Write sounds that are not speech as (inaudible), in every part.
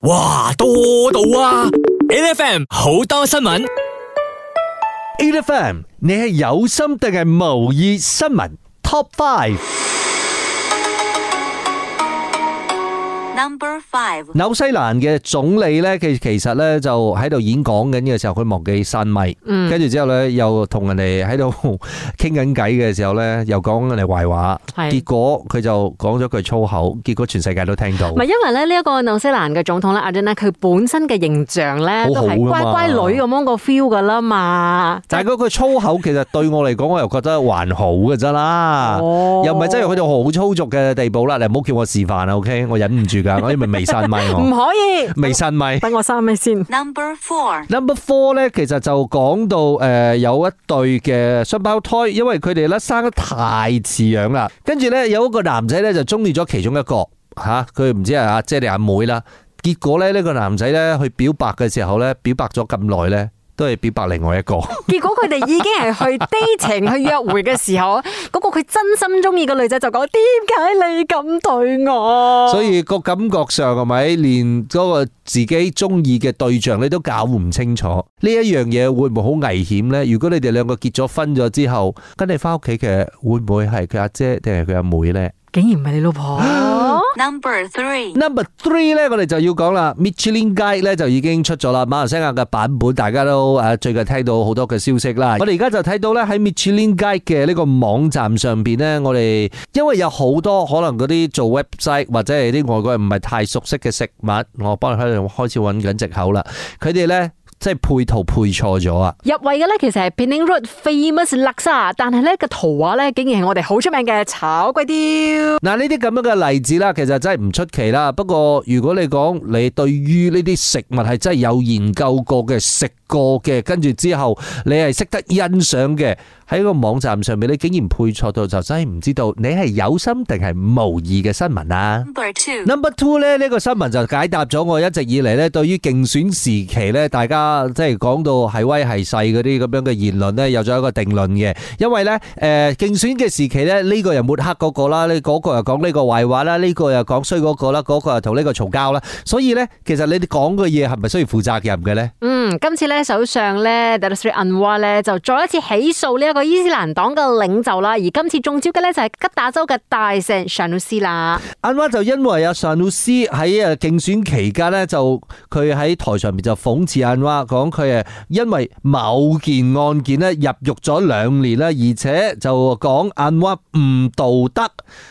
哇，多到啊！L F M 好多新聞 A F M，你係有心定係無意新聞 Top Five？ Number five. 紐西蘭嘅總理呢，佢其實呢就喺度演講緊嘅時候，佢忘記閂咪，嗯跟住之後呢，又同人哋喺度 (laughs) 傾緊偈嘅時候呢，又講人哋壞話，係結果佢就講咗句粗口，結果全世界都聽到唔。係因為咧呢一個紐西蘭嘅總統咧阿 d e n 佢本身嘅形象咧好好都係㗎嘛乖乖女咁樣個 feel 噶啦嘛，但係嗰句粗口其實對我嚟講，我又覺得還好嘅啫啦。哦又唔係真係去到好粗俗嘅地步啦，你唔好叫我示範啊，OK？我忍唔住㗎，我因為未閂咪 (laughs) 唔我，可以。未閂咪。等我收咪 (laughs) 先。 Number four. Number four 咧，其實就講到誒、呃有一對嘅雙胞胎，因為佢哋咧生得太似樣啦，跟住咧有一個男仔咧就中意咗其中一個吓，佢、唔知係阿姐定阿妹啦。結果咧呢、呢個男仔咧去表白嘅時候咧，表白咗咁耐咧，都係表白另外一個。結果佢哋已經係去 dating 去約會嘅時候，嗰、個佢真心中意嘅女仔就講：點解你咁對我？所以個感覺上係咪連嗰個自己中意嘅對象你都搞唔清楚？呢一樣嘢會唔會好危險呢？如果你哋兩個結咗婚咗之後，跟你翻屋企嘅會唔會係佢阿姐定係佢阿妹呢竟然唔係你 (gasps) 老婆， Number three. n u m b e r three 呢，我哋就要講啦，Michelin Guide 咧就已經出咗啦，馬來西亞嘅版本大家都誒最近聽到好多嘅消息啦。我哋而家就睇到咧喺 Michelin Guide 嘅呢個網站上邊呢，我哋因為有好多可能嗰啲做 website 或者係啲外國人唔係太熟悉嘅食物，我幫你喺度開始揾緊藉口啦。佢哋呢，即係配圖配錯咗啊！入圍嘅咧其實係 Penang Road Famous Laksa，但係咧個圖畫咧竟然係我哋好出名嘅炒粿條。嗱，呢啲咁樣嘅例子啦，其實真係唔出奇啦。不過如果你講你對於呢啲食物係真係有研究過嘅、食過嘅，跟住之後你係識得欣賞嘅，喺個網站上面你竟然配錯到，就真係唔知道你係有心定係無意嘅新聞啊！ Number two. Number two 咧，呢個新聞就解答咗我一直以嚟咧對於競選時期咧，大家即係講到係威係勢嗰啲咁樣嘅言論咧，有咗一個定論嘅。因為咧，誒競選嘅時期咧，呢個又抹黑嗰個啦，呢嗰個又講呢個壞話啦，呢個又講衰嗰個啦，嗰個又同呢個嘈交啦。所以咧，其實你哋講嘅嘢係咪需要負責任嘅咧？嗯，今次咧首相咧 d a t s r i Anwar 咧就再一次起訴呢一個伊斯蘭黨嘅領袖啦，而今次中招嘅咧就係吉打州嘅大臣 Shanusi 啦。安娃就因為阿尚老師喺誒競選期間呢，就佢喺台上面就諷刺安娃，講佢誒因為某件案件呢入獄咗兩年啦，而且就講安娃唔道德。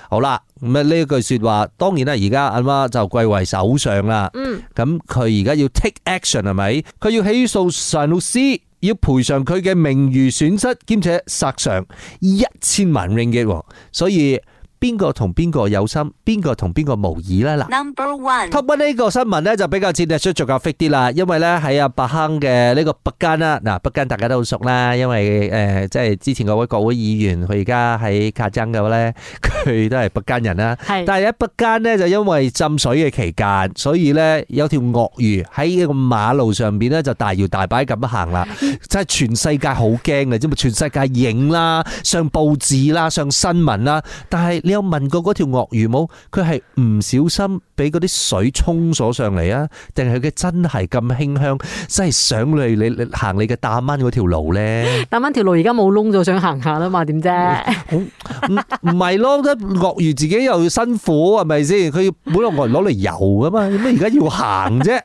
好啦，咁啊呢一句説話，當然啦，而家安娃就貴為首相啦。嗯，咁佢而家要 take action 係咪？佢要起訴尚老師，要賠償佢嘅名譽損失，兼且索償一千萬 ringgit 喎。所以邊個同邊個有心，邊個同邊個無意啦嗱。 Number one. Top One 呢個新聞咧就比較似略出做較 fit 啲啦，因為咧喺阿白坑嘅呢個北間啦，嗱北間大家都好熟啦，因為誒、呃即係之前嗰位國會議員佢而家喺卡爭嘅咧，佢都係北間人啦。係。但係喺北間呢，就因為浸水嘅期間，所以呢，有條鱷魚喺一個馬路上邊呢，就大搖大擺咁行啦，真係全世界好驚嘅，知唔知？全世界影啦，上報紙啦，上新聞啦。但係你有問過嗰條鱷魚冇？佢係唔小心俾嗰啲水沖咗上嚟啊？定係佢真係咁馨香，真係上嚟你你行你嘅大蚊嗰條路呢？打翻條路而家冇窿就想行下啦嘛，點啫？唔唔係咯，得鱷魚自己又辛苦，係咪先？佢本來我攞嚟游噶嘛，點解而家要行啫？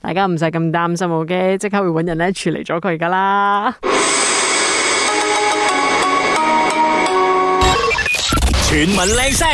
大家唔使咁擔心，OK，即刻會揾人咧處理咗佢噶啦。全民靚聲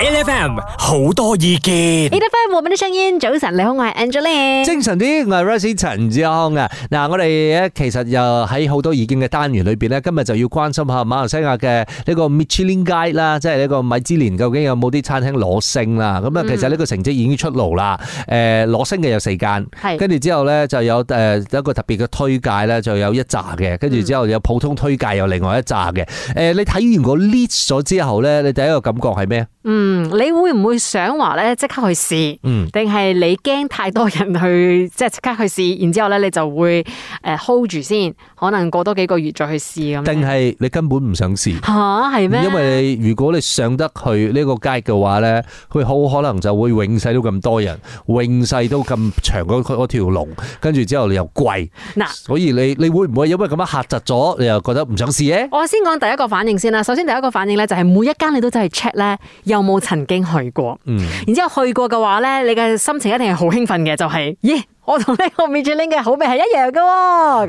，L F M 好多意見 e。f 我們的聲音，早晨，你好，我係 Angeline。精神啲，我係 Rosie 陳志康啊！嗱，我哋咧其實又喺好多意見嘅單元裏邊咧，今日就要關心下馬來西亞嘅呢個 Michelin Guide 啦，即係呢個米芝蓮究竟有冇啲餐廳攞星啦？咁啊，其實呢個成績已經出爐啦。誒，攞星嘅有四間，係跟住之後咧就有誒一個特別嘅推介咧，就有一紮嘅，跟住之後有普呃通推介有另外一紮嘅。誒，你睇完個 list 咗之後咧，你第一個感覺係咩？啊嗯嗯，你會唔會想話咧即刻去試？嗯定係你驚太多人去即係即刻去試，然之後咧你就會诶 hold 住先，可能過多幾個月再去試咁樣。定係你根本唔想試？吓係咩？因為你如果你上得去呢個街嘅話咧，佢好可能就會永世都咁多人，永世都咁長嗰嗰條龍，跟住之後你又貴，嗱。所以你你會唔會因為咁樣嚇窒咗，你又覺得唔想試咧？我先講第一個反應先啦。首先第一個反應咧，就係每一間你都真係 check 咧，有冇曾經去過。嗯，然之後去過嘅話咧，你嘅心情一定係好興奮嘅，就係、咦，我同呢個 m i c h e l i n 嘅口味係一樣嘅喎。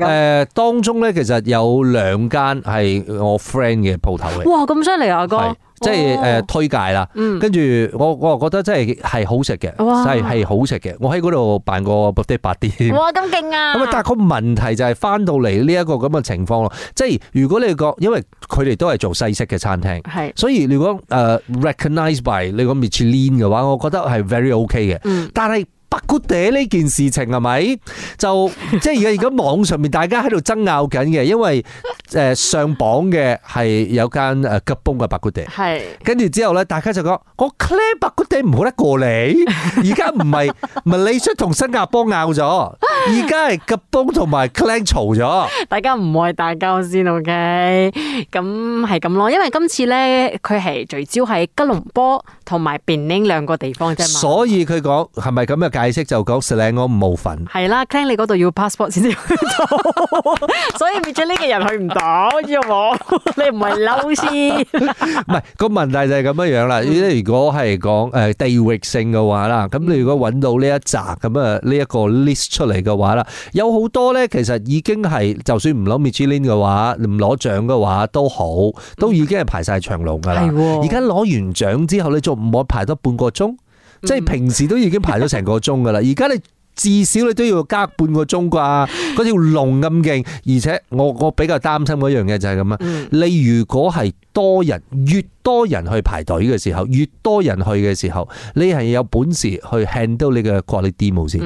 誒、咁當中咧其實有兩間係我 friend 嘅鋪頭嚟。哇，咁犀利啊，哥！係即係哦嗯誒推介啦，跟住我我又覺得真係係好食嘅，哇係係好食嘅。我喺嗰度辦過 b i r t 八啲。哇，咁勁啊！咁啊，但係個問題就係翻到嚟呢一個咁嘅情況咯，即係如果你覺，因為佢哋都係做西式嘅餐廳，係所以如果誒、recognize by 你個 Michelin 嘅話，我覺得係 very OK 嘅。嗯但係白骨嗲呢件事情係咪就即係而家而家網上面大家喺度爭拗緊嘅，因為誒、上榜嘅係有間誒吉崩嘅白骨嗲。係跟住之後咧，大家就講我 clear 白骨地唔好得過你，而家唔係 Malaysia 同新加坡拗咗，而家係吉邦同埋 clan 嘈咗。大家唔愛打交先，OK？咁係咁咯，因為今次咧佢係聚焦喺吉隆坡同埋 Bening 兩個地方啫嘛。所以佢講係咪咁嘅解釋就講 s l a n 我冇份。系啦，Clan 你嗰度要 passport 先至去 (laughs) 到，所以 m i c h e l 嘅人去唔到，知道 (laughs) 冇？你唔係嬲先，唔係個問題就係咁樣樣嗯啦。如果係講誒地域性嘅話啦，嗯咁你如果揾到呢一集咁啊呢一個 list 出嚟嘅話啦，有好多咧其實已經係就算唔攞 Michelin 嘅話，唔攞獎嘅話都好，都已經係排晒長龍㗎啦係。喎而家攞完獎之後，你仲唔可以排多半個鐘？即係平時都已經排咗成個鐘㗎啦，而家你。至少你都要加半個鐘啩，嗰條龍咁勁，而且我我比較擔心嗰樣嘢就係咁啊，你如果係多人，越多人去排隊嘅時候，越多人去嘅時候，你係有本事去 handle 你嘅 quality 冇先。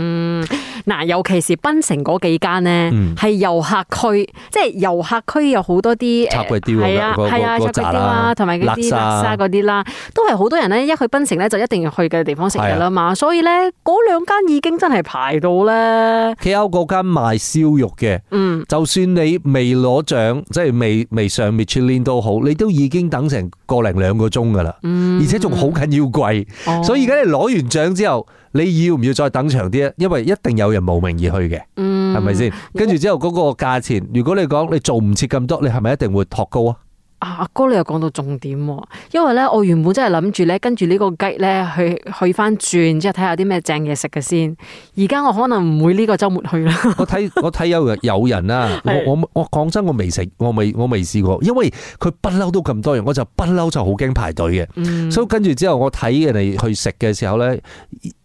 嗱，尤其是檳城嗰幾間咧嗯，係遊客區，即係遊客區有好多啲插鬼雕係啊嗰係嗰嗰啊，插鬼扎雕啦啊，同埋嗰啲叻沙垃圾嗰啲啦，都係好多人咧一去檳城咧就一定要去嘅地方食係啊噶啦嘛，所以咧嗰兩間已經真係排到咧，企歐嗰間賣燒肉嘅，嗯，就算你未攞獎，即係未未上 Michelin 都好，你都已經等成個零兩個鐘㗎啦，而且仲好緊要貴。哦所以而家你攞完獎之後，你要唔要再等長啲啊？因為一定有人慕名而去嘅，嗯係咪先？跟住之後嗰個價錢，如果你講你做唔切咁多，你係咪一定會托 (laughs) 高啊？啊，阿哥你又講到重點喎，因為咧我原本真係諗住咧跟住呢個雞咧去去翻轉，之後睇下啲咩正嘢食嘅先。而家我可能唔會呢個週末去啦。我睇我睇有人有人啦，係我我我講真，我未食，我未我未試過，因為佢不嬲都咁多人，我就不嬲就好驚排隊嘅，嗯所以跟住之後我睇人哋去食嘅時候咧，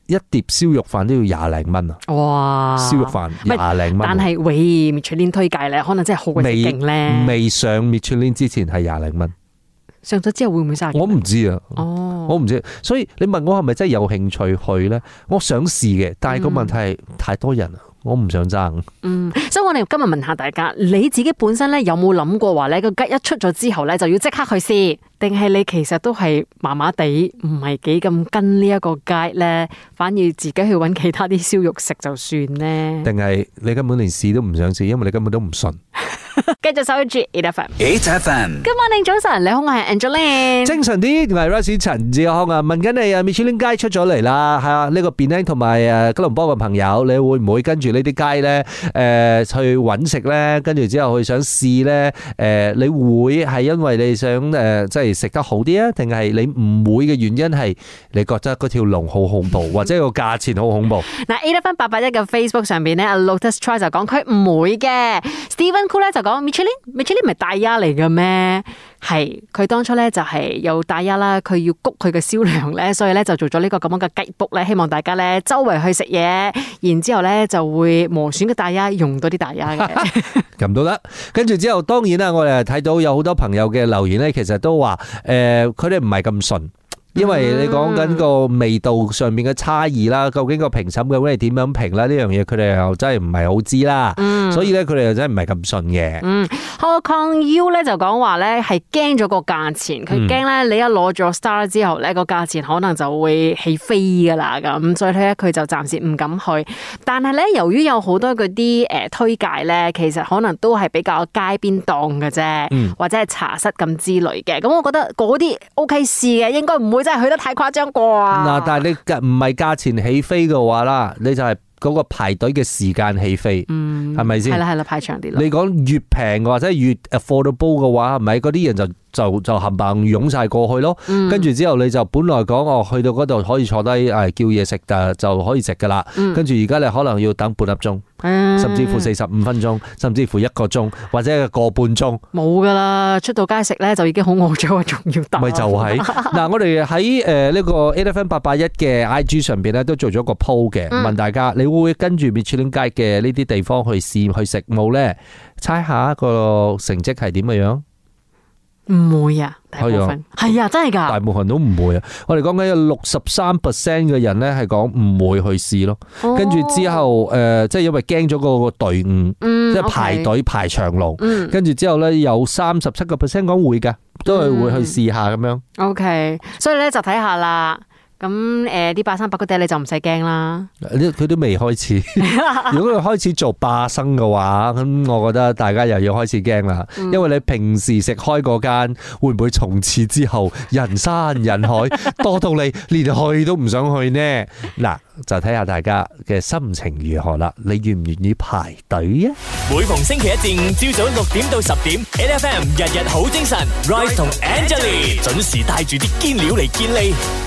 一碟燒肉飯都要廿零蚊啊，哇！燒肉飯唔係廿零蚊但啊，係喂 m i c h 推介咧，可能真係好鬼未勁咧。未上 Michelin 之前係廿零蚊，上咗之後會唔會生？我唔知啊。哦，我唔知，所以你問我係咪真係有興趣去呢？我想試嘅，但係個問題係太多人啦，我唔想爭。嗯，所以我哋今日問下大家，你自己本身咧有冇諗過話咧個雞一出咗之後咧就要即刻去試，定係你其實都係麻麻地，唔係幾咁跟呢一 (laughs) 個雞咧，反而自己去揾其他啲燒肉食就算 (laughs) 咧。定係你根本連試都唔想試，因為你根本都唔信。繼續守住 e i FM。 8FM Good morning，早晨，你好，我係 Angeline。精神啲，我係 Rosie 陳志康啊，問緊你啊，Michelin 街出咗嚟啦，係啊，呢個便 e 同埋誒吉隆坡嘅朋友，你會唔會跟住呢啲街咧誒去揾食咧？跟住之後去想試咧誒，你會係因為你想誒即係食得好啲啊，定係你唔會嘅原因係你覺得嗰條龍好恐怖，或者個價錢好恐怖？嗱 e i FM 八八一嘅 Facebook 上邊咧阿，Lotus Try 就講佢唔會嘅，Steven Cool 咧就講 Michelin，Michelin 唔係大丫嚟嘅咩？係佢當初咧就係、有大丫啦，佢要谷佢嘅銷量咧，所以咧就做咗呢 (laughs) 個咁樣嘅雞卜咧，希望大家咧周圍去食嘢，然之後咧就會磨損嘅大丫用到啲大丫嘅。 (laughs) 撳到得，跟住之後當然啦，我哋睇到有好多朋友嘅留言咧，其實都話誒，佢哋唔係咁順。因為你講緊個味道上嗯面嘅差異啦，究竟個評審嘅 r 點樣評啦？呢樣嘢佢哋又真係唔係好知啦。所以咧佢哋又真係唔係咁信嘅。 Hong Kong U 咧就講話咧係驚咗個價錢，佢嗯驚咧你一攞咗 Star 之後咧個價錢可能就會起飛㗎啦咁，所以咧佢就暫時唔敢去。但係咧由於有好多嗰啲誒推介咧，其實可能都係比較街邊檔嘅啫，嗯或者係茶室咁之類嘅。咁我覺得嗰啲 OK 試嘅，應該唔會真係去得太誇張啩。嗱，但係你價唔係價錢起飛嘅話啦，你就係嗰個排隊嘅時間起飛，係咪係先？啦係啦，排長啲咯。你講越平嘅或者越 affordable 嘅話，係咪嗰啲人就就就冚唪唥湧晒過去咯？跟住之後你就本來講哦，去到嗰度可以坐低誒叫嘢食，但就可以食噶啦。跟住而家你可能要等半粒鐘，嗯甚至乎四十五分鐘，甚至乎一個鐘或者個半鐘。冇㗎啦，出到街食咧就已經好餓咗，仲要等。咪就係嗱，我哋喺誒呢個 A F M 八八一嘅 I G 上邊咧，都做咗個 poll 嘅，問大家你會唔會跟住 Michelin 街嘅呢啲地方去試去食冇咧？猜下個成績係點嘅樣？唔會啊，大部係分係啊，真係大㗎。部分人都唔會啊！我哋講緊有六十三 percent 嘅人咧係講唔會去試咯，跟住之哦，後誒、呃即係因為驚咗個個隊伍，嗯即係排。 OK 隊排長龍，嗯跟住之後咧有三十七個 percent 講會㗎，都係嗯會去試下咁樣。 ，OK，所以咧就睇下啦。咁誒啲八三八嗰啲你就唔使驚啦。呢佢都未開始，如果佢開始做霸生嘅話，咁我覺得大家又要開始驚啦，因為你平時食開嗰間，會唔會從此之後人山人海，多到你連去都唔想去呢？嗱，就睇下大家嘅心情如何啦，你願唔願意排隊啊？每逢星期一至五朝早六點到十點，N F M 日日好精神，Rise 同 Angelie 準時帶住啲堅料嚟健利。